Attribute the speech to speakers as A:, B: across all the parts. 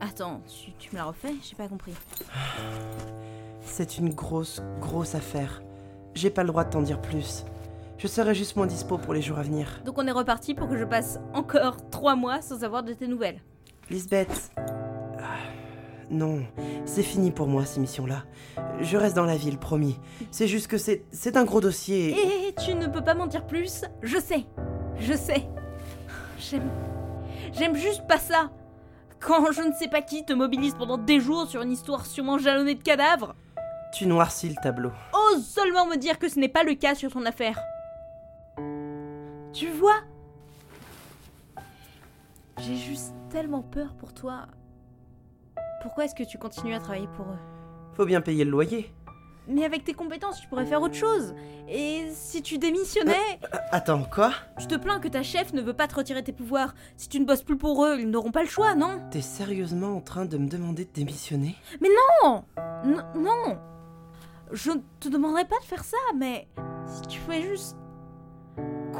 A: Attends, tu, tu me la refais J'ai pas compris.
B: C'est une grosse, grosse affaire. J'ai pas le droit de t'en dire plus. Je serai juste moins dispo pour les jours à venir.
A: Donc on est reparti pour que je passe encore trois mois sans avoir de tes nouvelles.
B: Lisbeth. Ah, Non, c'est fini pour moi ces missions-là. Je reste dans la ville, promis. C'est juste que c'est c'est un gros dossier.
A: Et tu ne peux pas m'en dire plus Je sais. Je sais. J'aime. J'aime juste pas ça. Quand je ne sais pas qui te mobilise pendant des jours sur une histoire sûrement jalonnée de cadavres,
B: Tu noircis le tableau.
A: ose seulement me dire que ce n'est pas le cas sur ton affaire. Tu vois J'ai juste tellement peur pour toi. Pourquoi est-ce que tu continues à travailler pour eux
B: Faut bien payer le loyer.
A: Mais avec tes compétences, tu pourrais faire autre chose. Et si tu démissionnais,
B: Euh, Attends, quoi
A: tu te plains que ta chef ne veut pas te retirer tes pouvoirs. Si tu ne bosses plus pour eux, ils n'auront pas le choix, non
B: T'es sérieusement en train de me demander de démissionner
A: Non N- Non Je ne te demanderai pas de faire ça, mais si tu pouvais juste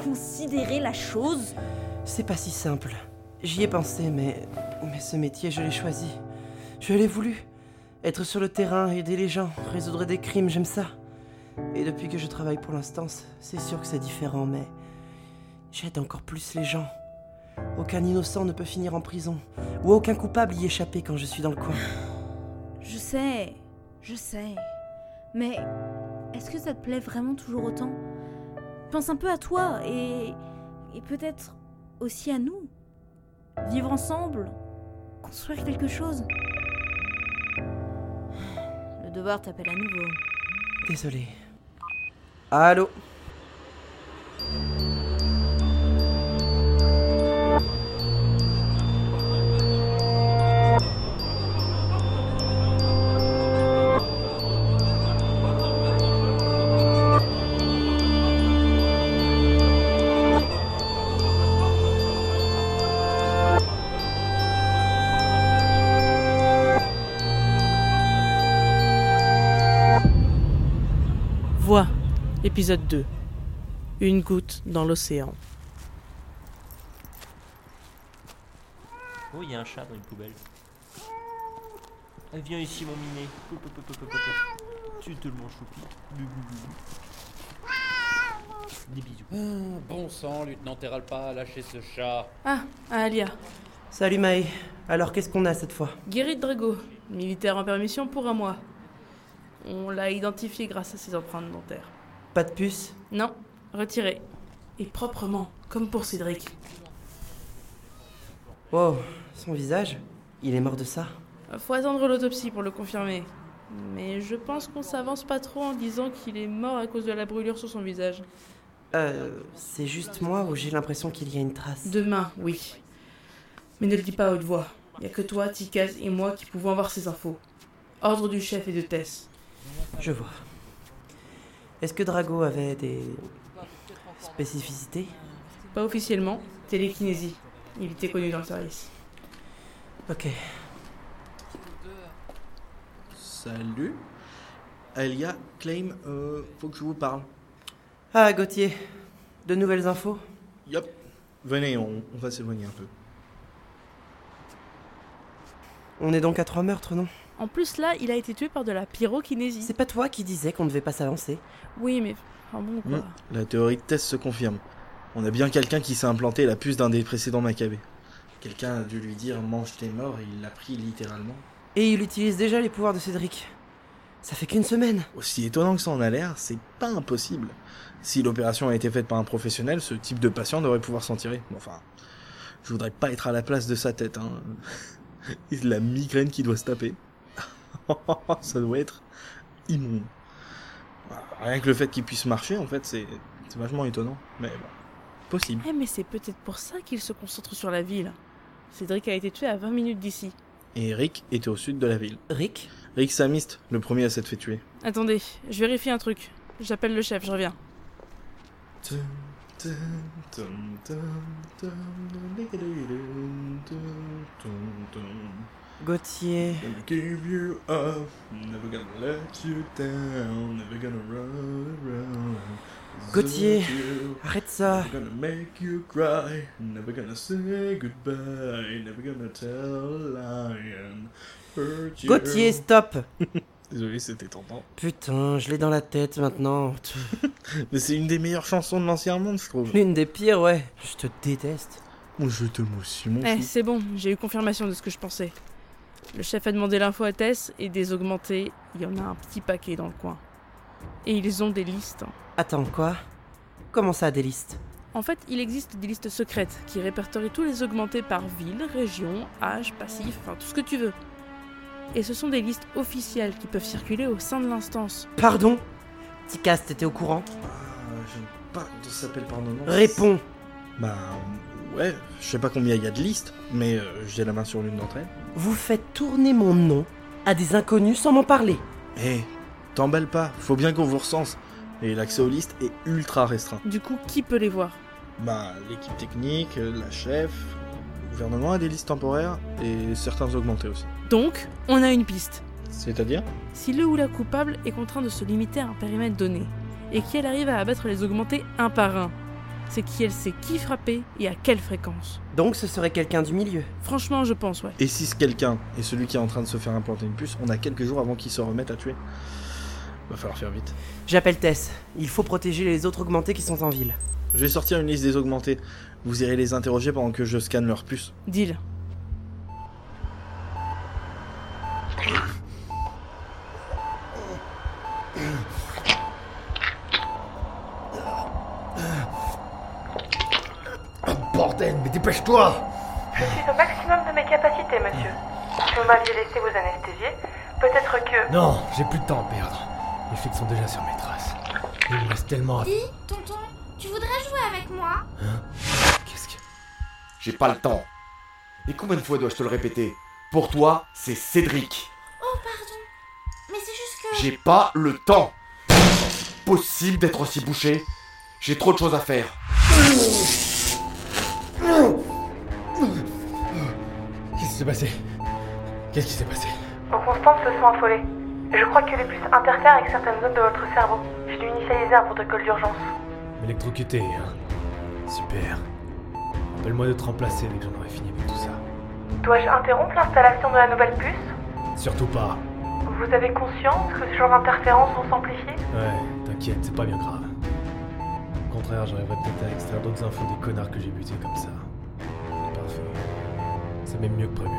A: considérer la chose.
B: C'est pas si simple. J'y ai pensé, mais. Mais ce métier, je l'ai choisi. Je l'ai voulu. Être sur le terrain, aider les gens, résoudre des crimes, j'aime ça. Et depuis que je travaille pour l'instance, c'est sûr que c'est différent, mais. J'aide encore plus les gens. Aucun innocent ne peut finir en prison, ou aucun coupable y échapper quand je suis dans le coin.
A: Je sais, je sais. Mais est-ce que ça te plaît vraiment toujours autant Pense un peu à toi et, et peut-être aussi à nous. Vivre ensemble, construire quelque chose. Le devoir t'appelle à nouveau.
B: Désolé. Allô
C: Voix, épisode 2. Une goutte dans l'océan.
D: Oh, il y a un chat dans une poubelle. Ah, viens ici, mon minet. Pou, pou, pou, pou, pou, pou. Tu te le manges, choupi. Bou, bou, bou, bou. Des bisous.
E: Hum, Bon sang, lieutenant Terralpa, lâchez ce chat.
C: Ah, à Alia.
B: Salut Maë. Alors qu'est-ce qu'on a cette fois
C: Guéri de Drago, militaire en permission pour un mois. On l'a identifié grâce à ses empreintes dentaires.
B: Pas de puce
C: Non, retiré. Et proprement, comme pour Cédric.
B: Wow, Oh, son visage Il est mort de ça
C: Faut attendre Euh, l'autopsie pour le confirmer. Mais je pense qu'on s'avance pas trop en disant qu'il est mort à cause de la brûlure sur son visage.
B: Euh, c'est juste moi ou j'ai l'impression qu'il y a une trace
C: Demain, oui. Mais ne le dis pas à haute voix. Y a que toi, Tikaz et moi qui pouvons avoir ces infos. Ordre du chef et de Tess.
B: Je vois. Est-ce que Drago avait des spécificités
C: Pas officiellement, télékinésie. Il était connu dans le service.
B: Ok.
F: Salut. Alia, Claim, euh, faut que je vous parle.
B: Ah, Gauthier, de nouvelles infos
F: Yop. Venez, on, on va s'éloigner un peu.
B: On est donc à trois meurtres, non
C: En plus, là, il a été tué par de la pyrokinésie.
B: C'est pas toi qui disais qu'on ne devait pas s'avancer
C: Oui, mais. Ah bon, quoi.
F: Mm. La théorie de test se confirme. On a bien quelqu'un qui s'est implanté la puce d'un des précédents Maccabées. Quelqu'un a dû lui dire mange tes morts et il l'a pris littéralement.
B: Et il utilise déjà les pouvoirs de Cédric. Ça fait qu'une semaine.
F: Aussi étonnant que ça en a l'air, c'est pas impossible. Si l'opération a été faite par un professionnel, ce type de patient devrait pouvoir s'en tirer. Bon, Enfin, je voudrais pas être à la place de sa tête. Hein. Et de la migraine qui doit se taper. ça doit être immonde. Voilà, Rien que le fait qu'il puisse marcher, en fait, c'est c'est vachement étonnant. Mais bon, possible.
C: Eh, mais c'est peut-être pour ça qu'il se concentre sur la ville. Cédric a été tué à 20 minutes d'ici.
F: Et Rick était au sud de la ville.
B: Rick
F: Rick Samist, le premier à s'être fait tuer.
C: Attendez, je vérifie un truc. J'appelle le chef, je reviens.
B: Gauthier.
F: Never give you up, never gonna let you down, never gonna run around.
B: Gauthier,
F: you.
B: Arrête ça.
F: Never gonna make you cry, never gonna say goodbye, never gonna tell a lie and hurt you.
B: Gauthier, stop.
F: Désolé, c'était tentant.
B: Putain, je l'ai dans la tête maintenant. Pff,
F: Mais c'est une des meilleures chansons de l'ancien monde, je trouve.
B: L'une des pires, ouais. Je te déteste.
F: Mon je te aussi, mon
C: Eh,
F: fou.
C: c'est bon, j'ai eu confirmation de ce que je pensais. Le chef a demandé l'info à Tess et des augmentés, il y en a un petit paquet dans le coin. Et ils ont des listes. hein.
B: Attends, quoi Comment ça, des listes
C: En fait, il existe des listes secrètes qui répertorient tous les augmentés par ville, région, âge, passif, enfin tout ce que tu veux. Et ce sont des listes officielles qui peuvent circuler au sein de l'instance.
B: Pardon Ticas, t'étais au courant
F: Ah, je sais pas comment ça s'appelle par nom.
B: Réponds
F: Bah, ouais, je sais pas combien il y a de listes, mais euh, j'ai la main sur l'une d'entre elles.
B: Vous faites tourner mon nom à des inconnus sans m'en parler.
F: Eh, t'emballe pas, faut bien qu'on vous recense. Et l'accès aux listes est ultra restreint.
C: Du coup, qui peut les voir
F: Bah, l'équipe technique, euh, la chef, le gouvernement a des listes temporaires et certains augmentés aussi.
C: Donc, on a une piste.
F: C'est-à-dire
C: Si le ou la coupable est contraint de se limiter à un périmètre donné, et qu'elle arrive à abattre les augmentés un par un, c'est qu'elle sait qui frapper et à quelle fréquence.
B: Donc ce serait quelqu'un du milieu.
C: Franchement, je pense, ouais.
F: Et si ce quelqu'un est celui qui est en train de se faire implanter une puce, on a quelques jours avant qu'il se remette à tuer. Va falloir faire vite.
B: J'appelle Tess. Il faut protéger les autres augmentés qui sont en ville.
F: Je vais sortir une liste des augmentés. Vous irez les interroger pendant que je scanne leur puce.
C: Deal.
G: Bordel, Eh, mais dépêche-toi
H: Je suis au maximum de mes capacités, monsieur. Vous m'aviez laissé vous anesthésier. Peut-être que...
G: Non, j'ai plus de temps à perdre. Les flics sont déjà sur mes traces. Il me reste tellement à...
I: Dis, tonton, tu voudrais jouer avec moi
G: Qu'est-ce que...
J: J'ai pas le temps. Et combien de fois dois-je te le répéter Pour toi, c'est Cédric.
I: Oh, pardon. Mais c'est juste que...
J: J'ai pas le temps. Possible d'être aussi bouché J'ai trop de choses à faire.
G: Qu'est-ce qui s'est passé Qu'est-ce qui s'est passé
H: Vos constantes se sont affolées. Je crois que les puces interfèrent avec certaines zones de votre cerveau. Je l'ai initialisé à un protocole d'urgence.
G: Électrocuté, hein Super. Appelle-moi de te remplacer dès que j'en aurai fini avec tout ça.
H: Dois-je interrompre l'installation de la nouvelle puce
G: Surtout pas.
H: Vous avez conscience que ce genre d'interférences vont s'amplifier
G: Ouais, t'inquiète, c'est pas bien grave. Au contraire, j'arriverai peut-être à extraire d'autres infos des connards que j'ai butés comme ça. Parfait. C'est même mieux que prévu.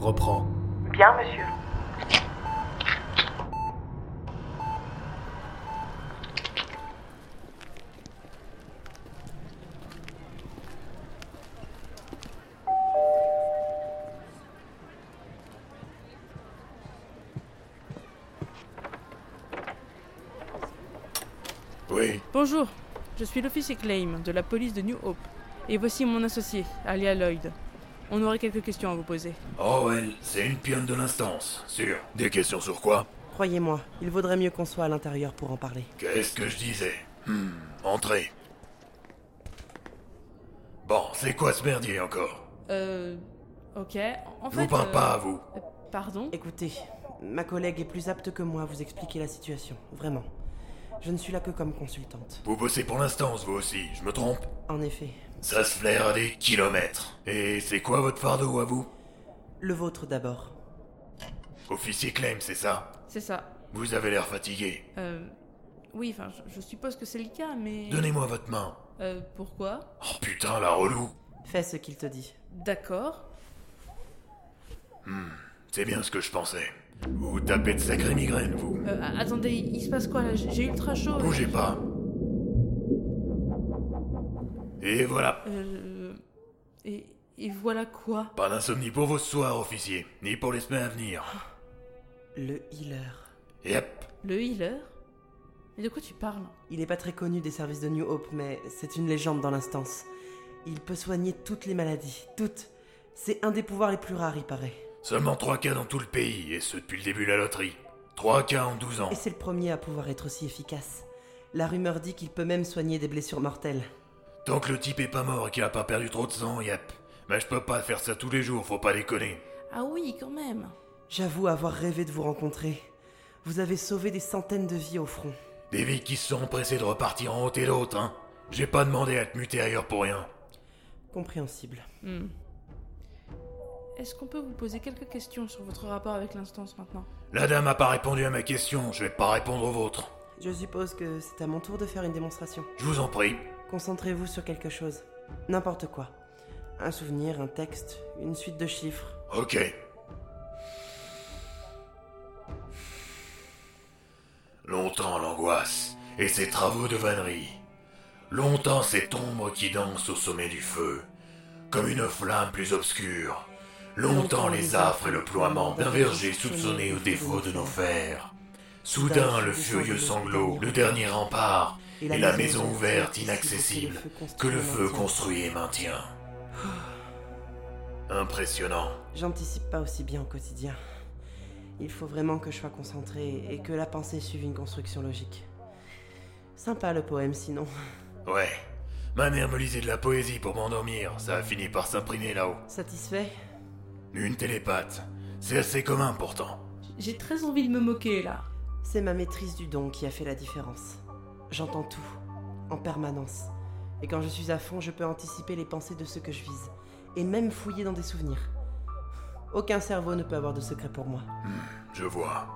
G: Reprends.
H: Bien, monsieur.
F: Oui.
C: Bonjour, je suis l'officier Claim de la police de New Hope. Et voici mon associé, Alia Lloyd. On aurait quelques questions à vous poser.
K: Oh, elle, c'est une pionne de l'instance, sûr. Des questions sur quoi
B: Croyez-moi, il vaudrait mieux qu'on soit à l'intérieur pour en parler.
K: Qu'est-ce que je disais Hmm, entrez. Bon, c'est quoi ce merdier encore
C: Euh. Ok, en
K: Je
C: fait.
K: vous parle
C: euh,
K: pas à vous.
C: euh, Pardon
B: Écoutez, ma collègue est plus apte que moi à vous expliquer la situation, vraiment. Je ne suis là que comme consultante.
K: Vous bossez pour l'instance, vous aussi, je me trompe
B: En effet,
K: Ça se flaire à des kilomètres. Et c'est quoi votre fardeau à vous
B: le vôtre d'abord.
K: Officier Claim, c'est ça
C: C'est ça.
K: Vous avez l'air fatigué.
C: Euh. Oui, enfin, je, je suppose que c'est le cas, mais.
K: Donnez-moi votre main.
C: Euh, pourquoi
K: Oh putain, la relou
B: Fais ce qu'il te dit.
C: D'accord.
K: C'est bien ce que je pensais. Vous tapez de sacrées migraines, vous.
C: Euh, a- attendez, il se passe quoi là J'ai j'ai ultra chaud.
K: Bougez pas. Et voilà.
C: Euh. Et, et voilà quoi
K: Pas d'insomnie pour vous ce soir, officier, ni pour les semaines à venir.
B: Le healer.
K: Yep.
C: Le healer Mais de quoi tu parles
B: Il n'est pas très connu des services de New Hope, mais c'est une légende dans l'instance. Il peut soigner toutes les maladies, toutes. C'est un des pouvoirs les plus rares, il paraît.
K: Seulement trois cas dans tout le pays, et ce depuis le début de la loterie. Trois cas en 12 ans.
B: Et c'est le premier à pouvoir être aussi efficace. La rumeur dit qu'il peut même soigner des blessures mortelles.
K: Tant que le type est pas mort et qu'il a pas perdu trop de sang, yep. Mais je peux pas faire ça tous les jours, faut pas déconner.
C: Ah oui, quand même
B: J'avoue avoir rêvé de vous rencontrer. Vous avez sauvé des centaines de vies au front.
K: Des vies qui se sont empressées de repartir en haut et l'autre, hein. J'ai pas demandé à être muté ailleurs pour rien.
B: Compréhensible.
C: Hmm. Est-ce qu'on peut vous poser quelques questions sur votre rapport avec l'instance maintenant
K: La dame a pas répondu à ma question, je vais pas répondre aux vôtres.
B: Je suppose que c'est à mon tour de faire une démonstration.
K: Je vous en prie.
B: Concentrez-vous sur quelque chose. N'importe quoi. Un souvenir, un texte, une suite de chiffres.
K: Ok. Longtemps l'angoisse et ses travaux de vannerie. Longtemps cette ombre qui danse au sommet du feu, comme une flamme plus obscure. Longtemps les affres et le ploiement d'un verger soupçonné au défaut de nos fers. Soudain le furieux sanglot, le dernier rempart, et la maison ouverte inaccessible que le feu construit et maintient. Impressionnant.
B: J'anticipe pas aussi bien au quotidien. Il faut vraiment que je sois concentré et que la pensée suive une construction logique. Sympa le poème sinon.
K: Ouais. Ma mère me lisait de la poésie pour m'endormir, ça a fini par s'imprimer là-haut.
B: Satisfait
K: Une télépathe. C'est assez commun pourtant.
C: J'ai très envie de me moquer là.
B: C'est ma maîtrise du don qui a fait la différence. J'entends tout, en permanence. Et quand je suis à fond, je peux anticiper les pensées de ceux que je vise, et même fouiller dans des souvenirs. Aucun cerveau ne peut avoir de secret pour moi.
K: Je vois.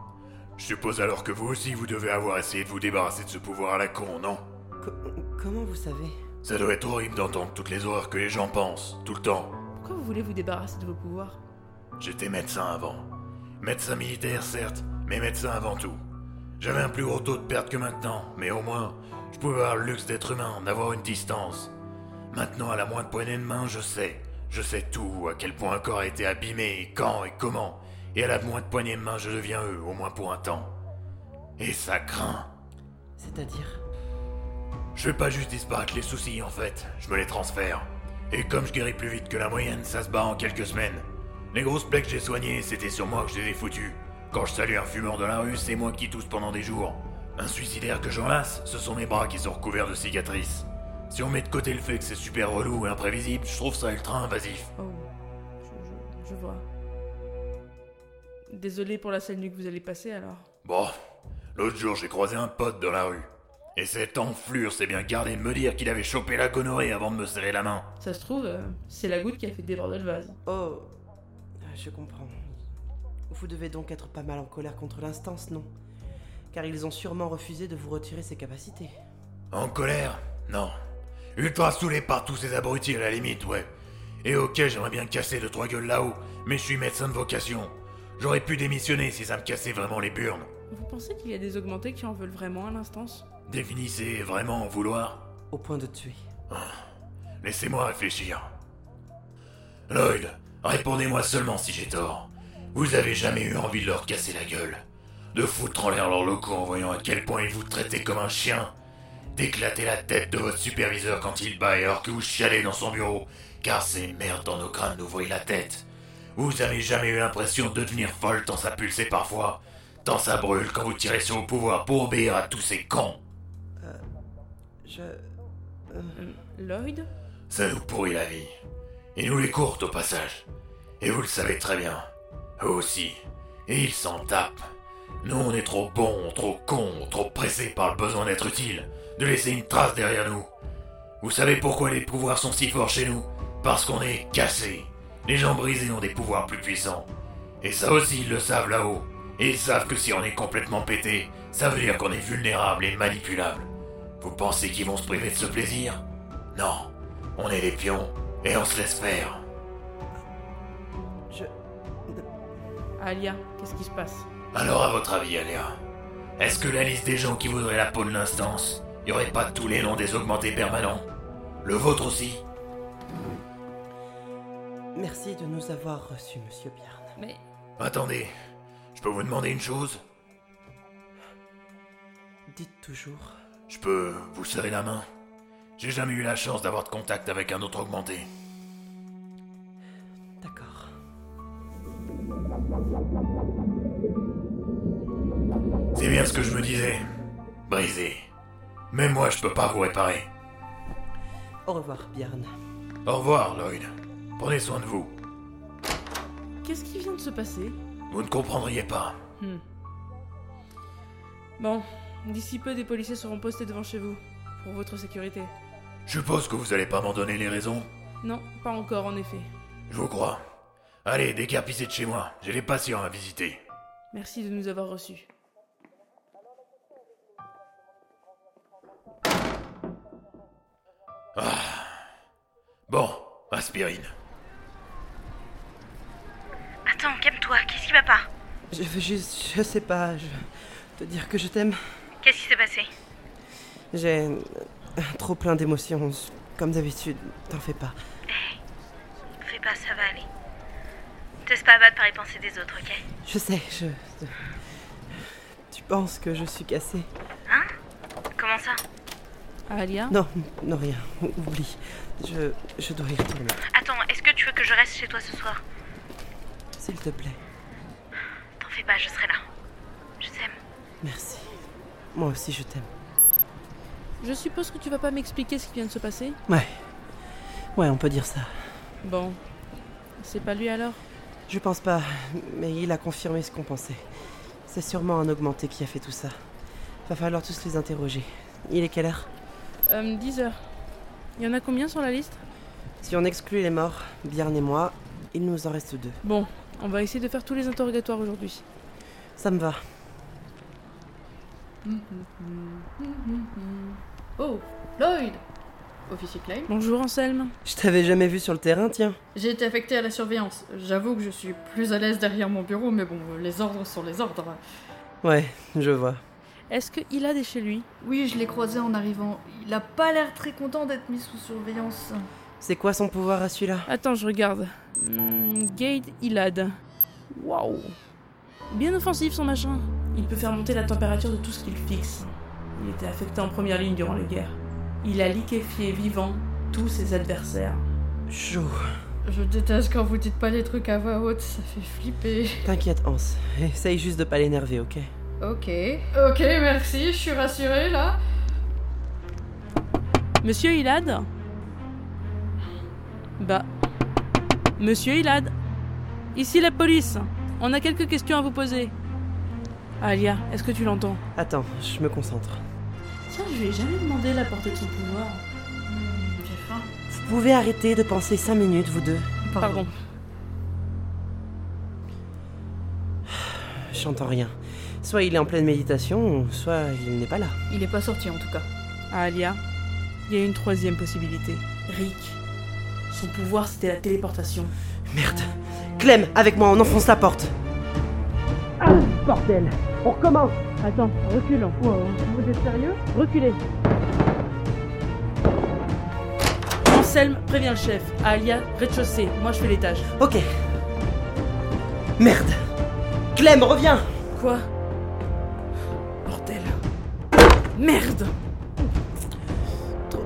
K: Je suppose alors que vous aussi vous devez avoir essayé de vous débarrasser de ce pouvoir à la con, non
B: Co- comment vous savez
K: Ça doit être horrible d'entendre toutes les horreurs que les gens pensent, tout le temps.
C: Pourquoi vous voulez vous débarrasser de vos pouvoirs
K: J'étais médecin avant. Médecin militaire, certes, mais médecin avant tout. J'avais un plus gros taux de perte que maintenant, mais au moins, je pouvais avoir le luxe d'être humain, d'avoir une distance. Maintenant, à la moindre poignée de main, je sais. Je sais tout, à quel point un corps a été abîmé, et quand et comment. Et à la moindre poignée de main, je deviens eux, au moins pour un temps. Et ça craint.
B: C'est-à-dire
K: Je vais pas juste disparaître les soucis, en fait. Je me les transfère. Et comme je guéris plus vite que la moyenne, ça se bat en quelques semaines. Les grosses plaies que j'ai soignées, c'était sur moi que je les ai foutues. Quand je salue un fumeur de la rue, c'est moi qui tousse pendant des jours. Un suicidaire que j'enlace, ce sont mes bras qui sont recouverts de cicatrices. Si on met de côté le fait que c'est super relou et imprévisible, je trouve ça ultra invasif.
C: Oh, je, je- je vois. Désolé pour la scène que vous allez passer alors.
K: Bon, l'autre jour j'ai croisé un pote dans la rue. Et cette enflure s'est bien gardée de me dire qu'il avait chopé la gonorrhée avant de me serrer la main.
C: Ça se trouve, euh, c'est la goutte qui a fait déborder le vase.
B: Oh, je comprends. Vous devez donc être pas mal en colère contre l'instance, non Car ils ont sûrement refusé de vous retirer ces capacités.
K: En colère Non. Ultra saoulé par tous ces abrutis à la limite, ouais. Et ok, j'aimerais bien casser deux trois gueules là-haut, mais je suis médecin de vocation. J'aurais pu démissionner si ça me cassait vraiment les burnes.
C: Vous pensez qu'il y a des augmentés qui en veulent vraiment à l'instance
K: Définissez vraiment en vouloir.
B: Au point de tuer.
K: Laissez-moi réfléchir. Lloyd, répondez-moi seulement si j'ai tort. Vous avez jamais eu envie de leur casser la gueule De foutre en l'air leurs locaux en voyant à quel point ils vous traitaient comme un chien D'éclater la tête de votre superviseur quand il bat et alors que vous chialez dans son bureau, car ces merdes dans nos crânes nous voient la tête. Vous avez jamais eu l'impression de devenir folle tant ça pulsait parfois, tant ça brûle quand vous tirez sur vos pouvoirs pour obéir à tous ces cons.
B: Je.
C: Euh, Lloyd
K: Ça nous pourrit la vie. Et nous les courte au passage. Et vous le savez très bien. Eux aussi. Et ils s'en tapent. Nous, on est trop bons, trop cons, trop pressés par le besoin d'être utiles, de laisser une trace derrière nous. Vous savez pourquoi les pouvoirs sont si forts chez nous Parce qu'on est cassés. Les gens brisés ont des pouvoirs plus puissants. Et ça aussi, ils le savent là-haut. Et ils savent que si on est complètement pété, ça veut dire qu'on est vulnérable et manipulable. Vous pensez qu'ils vont se priver de ce plaisir Non. On est les pions et on se laisse faire.
B: Je.
C: Alia, qu'est-ce qui se passe
K: Alors, à votre avis, Aléa, est-ce que la liste des gens qui voudraient la peau de l'instance, y aurait pas tous les noms des augmentés permanents Le vôtre aussi
B: Merci de nous avoir reçus, monsieur Bjarne.
C: Mais.
K: Attendez, je peux vous demander une chose
B: Dites toujours.
K: Je peux vous serrer la main J'ai jamais eu la chance d'avoir de contact avec un autre augmenté.
B: D'accord.
K: C'est bien ce que je me disais. Brisé. Même moi, je peux pas vous réparer.
B: Au revoir, Bjarne.
K: Au revoir, Lloyd. Prenez soin de vous.
C: Qu'est-ce qui vient de se passer
K: Vous ne comprendriez pas.
C: Hmm. Bon, D'ici peu, des policiers seront postés devant chez vous, pour votre sécurité.
K: Je suppose que vous allez pas m'en donner les raisons.
C: Non, pas encore en effet.
K: Je vous crois. Allez, décarpissez de chez moi. J'ai des patients à visiter.
C: Merci de nous avoir reçus.
K: Ah. Bon, aspirine.
L: Attends, calme-toi, qu'est-ce qui va pas
B: Je veux juste, je sais pas, je... te dire que je t'aime.
L: Qu'est-ce qui s'est passé
B: J'ai euh, trop plein d'émotions, comme d'habitude, t'en fais pas.
L: Fais pas, ça va aller. Te laisse pas abattre par les pensées des autres, ok
B: Je sais, je... Tu penses que je suis cassée
L: Hein Comment ça
C: Alia
B: Non, non, rien, oublie. Je, je dois y retourner,
L: Attends, est-ce que tu veux que je reste chez toi ce soir
B: s'il te plaît.
L: T'en fais pas, je serai là. Je t'aime.
B: Merci. Moi aussi, je t'aime.
C: Je suppose que tu vas pas m'expliquer ce qui vient de se passer
B: Ouais. Ouais, on peut dire ça.
C: Bon. C'est pas lui alors
B: Je pense pas, mais il a confirmé ce qu'on pensait. C'est sûrement un augmenté qui a fait tout ça. Va falloir tous les interroger. Il est quelle heure
C: euh, 10 heures. Il y en a combien sur la liste
B: Si on exclut les morts, Bjarne et moi, il nous en reste deux.
C: Bon, on va essayer de faire tous les interrogatoires aujourd'hui.
B: Ça me va.
M: Oh, Lloyd Officier Klein
C: Bonjour Anselme.
B: Je t'avais jamais vu sur le terrain, tiens.
M: J'ai été affecté à la surveillance. J'avoue que je suis plus à l'aise derrière mon bureau, mais bon, les ordres sont les ordres.
B: Ouais, je vois.
C: Est-ce qu'il a des chez lui
M: Oui, je l'ai croisé en arrivant. Il a pas l'air très content d'être mis sous surveillance.
B: C'est quoi son pouvoir à celui-là
C: Attends, je regarde. Hmm, Gade Ilad. Waouh. Bien offensif son machin. Il peut faire monter la température de tout ce qu'il fixe. Il était affecté en première ligne durant les guerres. Il a liquéfié vivant tous ses adversaires.
B: Chaud.
M: Je déteste quand vous dites pas les trucs à voix haute, ça fait flipper.
B: T'inquiète, Hans. Essaye juste de pas l'énerver, ok
M: Ok. Ok, merci, je suis rassurée là.
C: Monsieur Ilad Bah. Monsieur Ilad Ici la police On a quelques questions à vous poser. Alia, est-ce que tu l'entends
B: Attends, je me concentre.
C: Tiens, je lui ai jamais demandé la portée de son pouvoir.
M: J'ai faim.
B: Vous pouvez arrêter de penser 5 minutes, vous deux.
C: Pardon.
B: J'entends rien. Soit il est en pleine méditation, soit il n'est pas là.
M: Il est pas sorti en tout cas.
C: Alia, il y a une troisième possibilité. Rick. Son pouvoir, c'était la téléportation.
B: Merde. Clem, avec moi, on enfonce la porte. Ah, bordel On recommence
N: Attends, reculons.
M: Vous êtes sérieux
N: Reculez.
C: Anselme, préviens le chef. Alia, rez-de-chaussée. Moi, je fais l'étage.
B: Ok. Merde Clem, reviens
C: Quoi Bordel. Merde
B: Trop,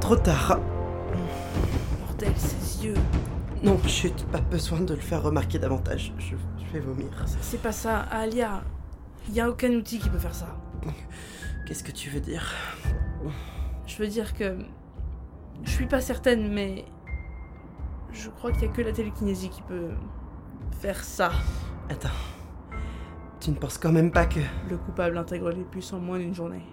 B: trop tard.
C: Bordel, ses yeux.
B: Non, chut, pas besoin de le faire remarquer davantage. Je, je vais vomir.
C: C'est pas ça, Alia. Il y a aucun outil qui peut faire ça.
B: Qu'est-ce que tu veux dire
C: Je veux dire que. Je suis pas certaine, mais. Je crois qu'il y a que la télékinésie qui peut. faire ça.
B: Attends. Tu ne penses quand même pas que...
C: Le coupable intègre les puces en moins d'une journée.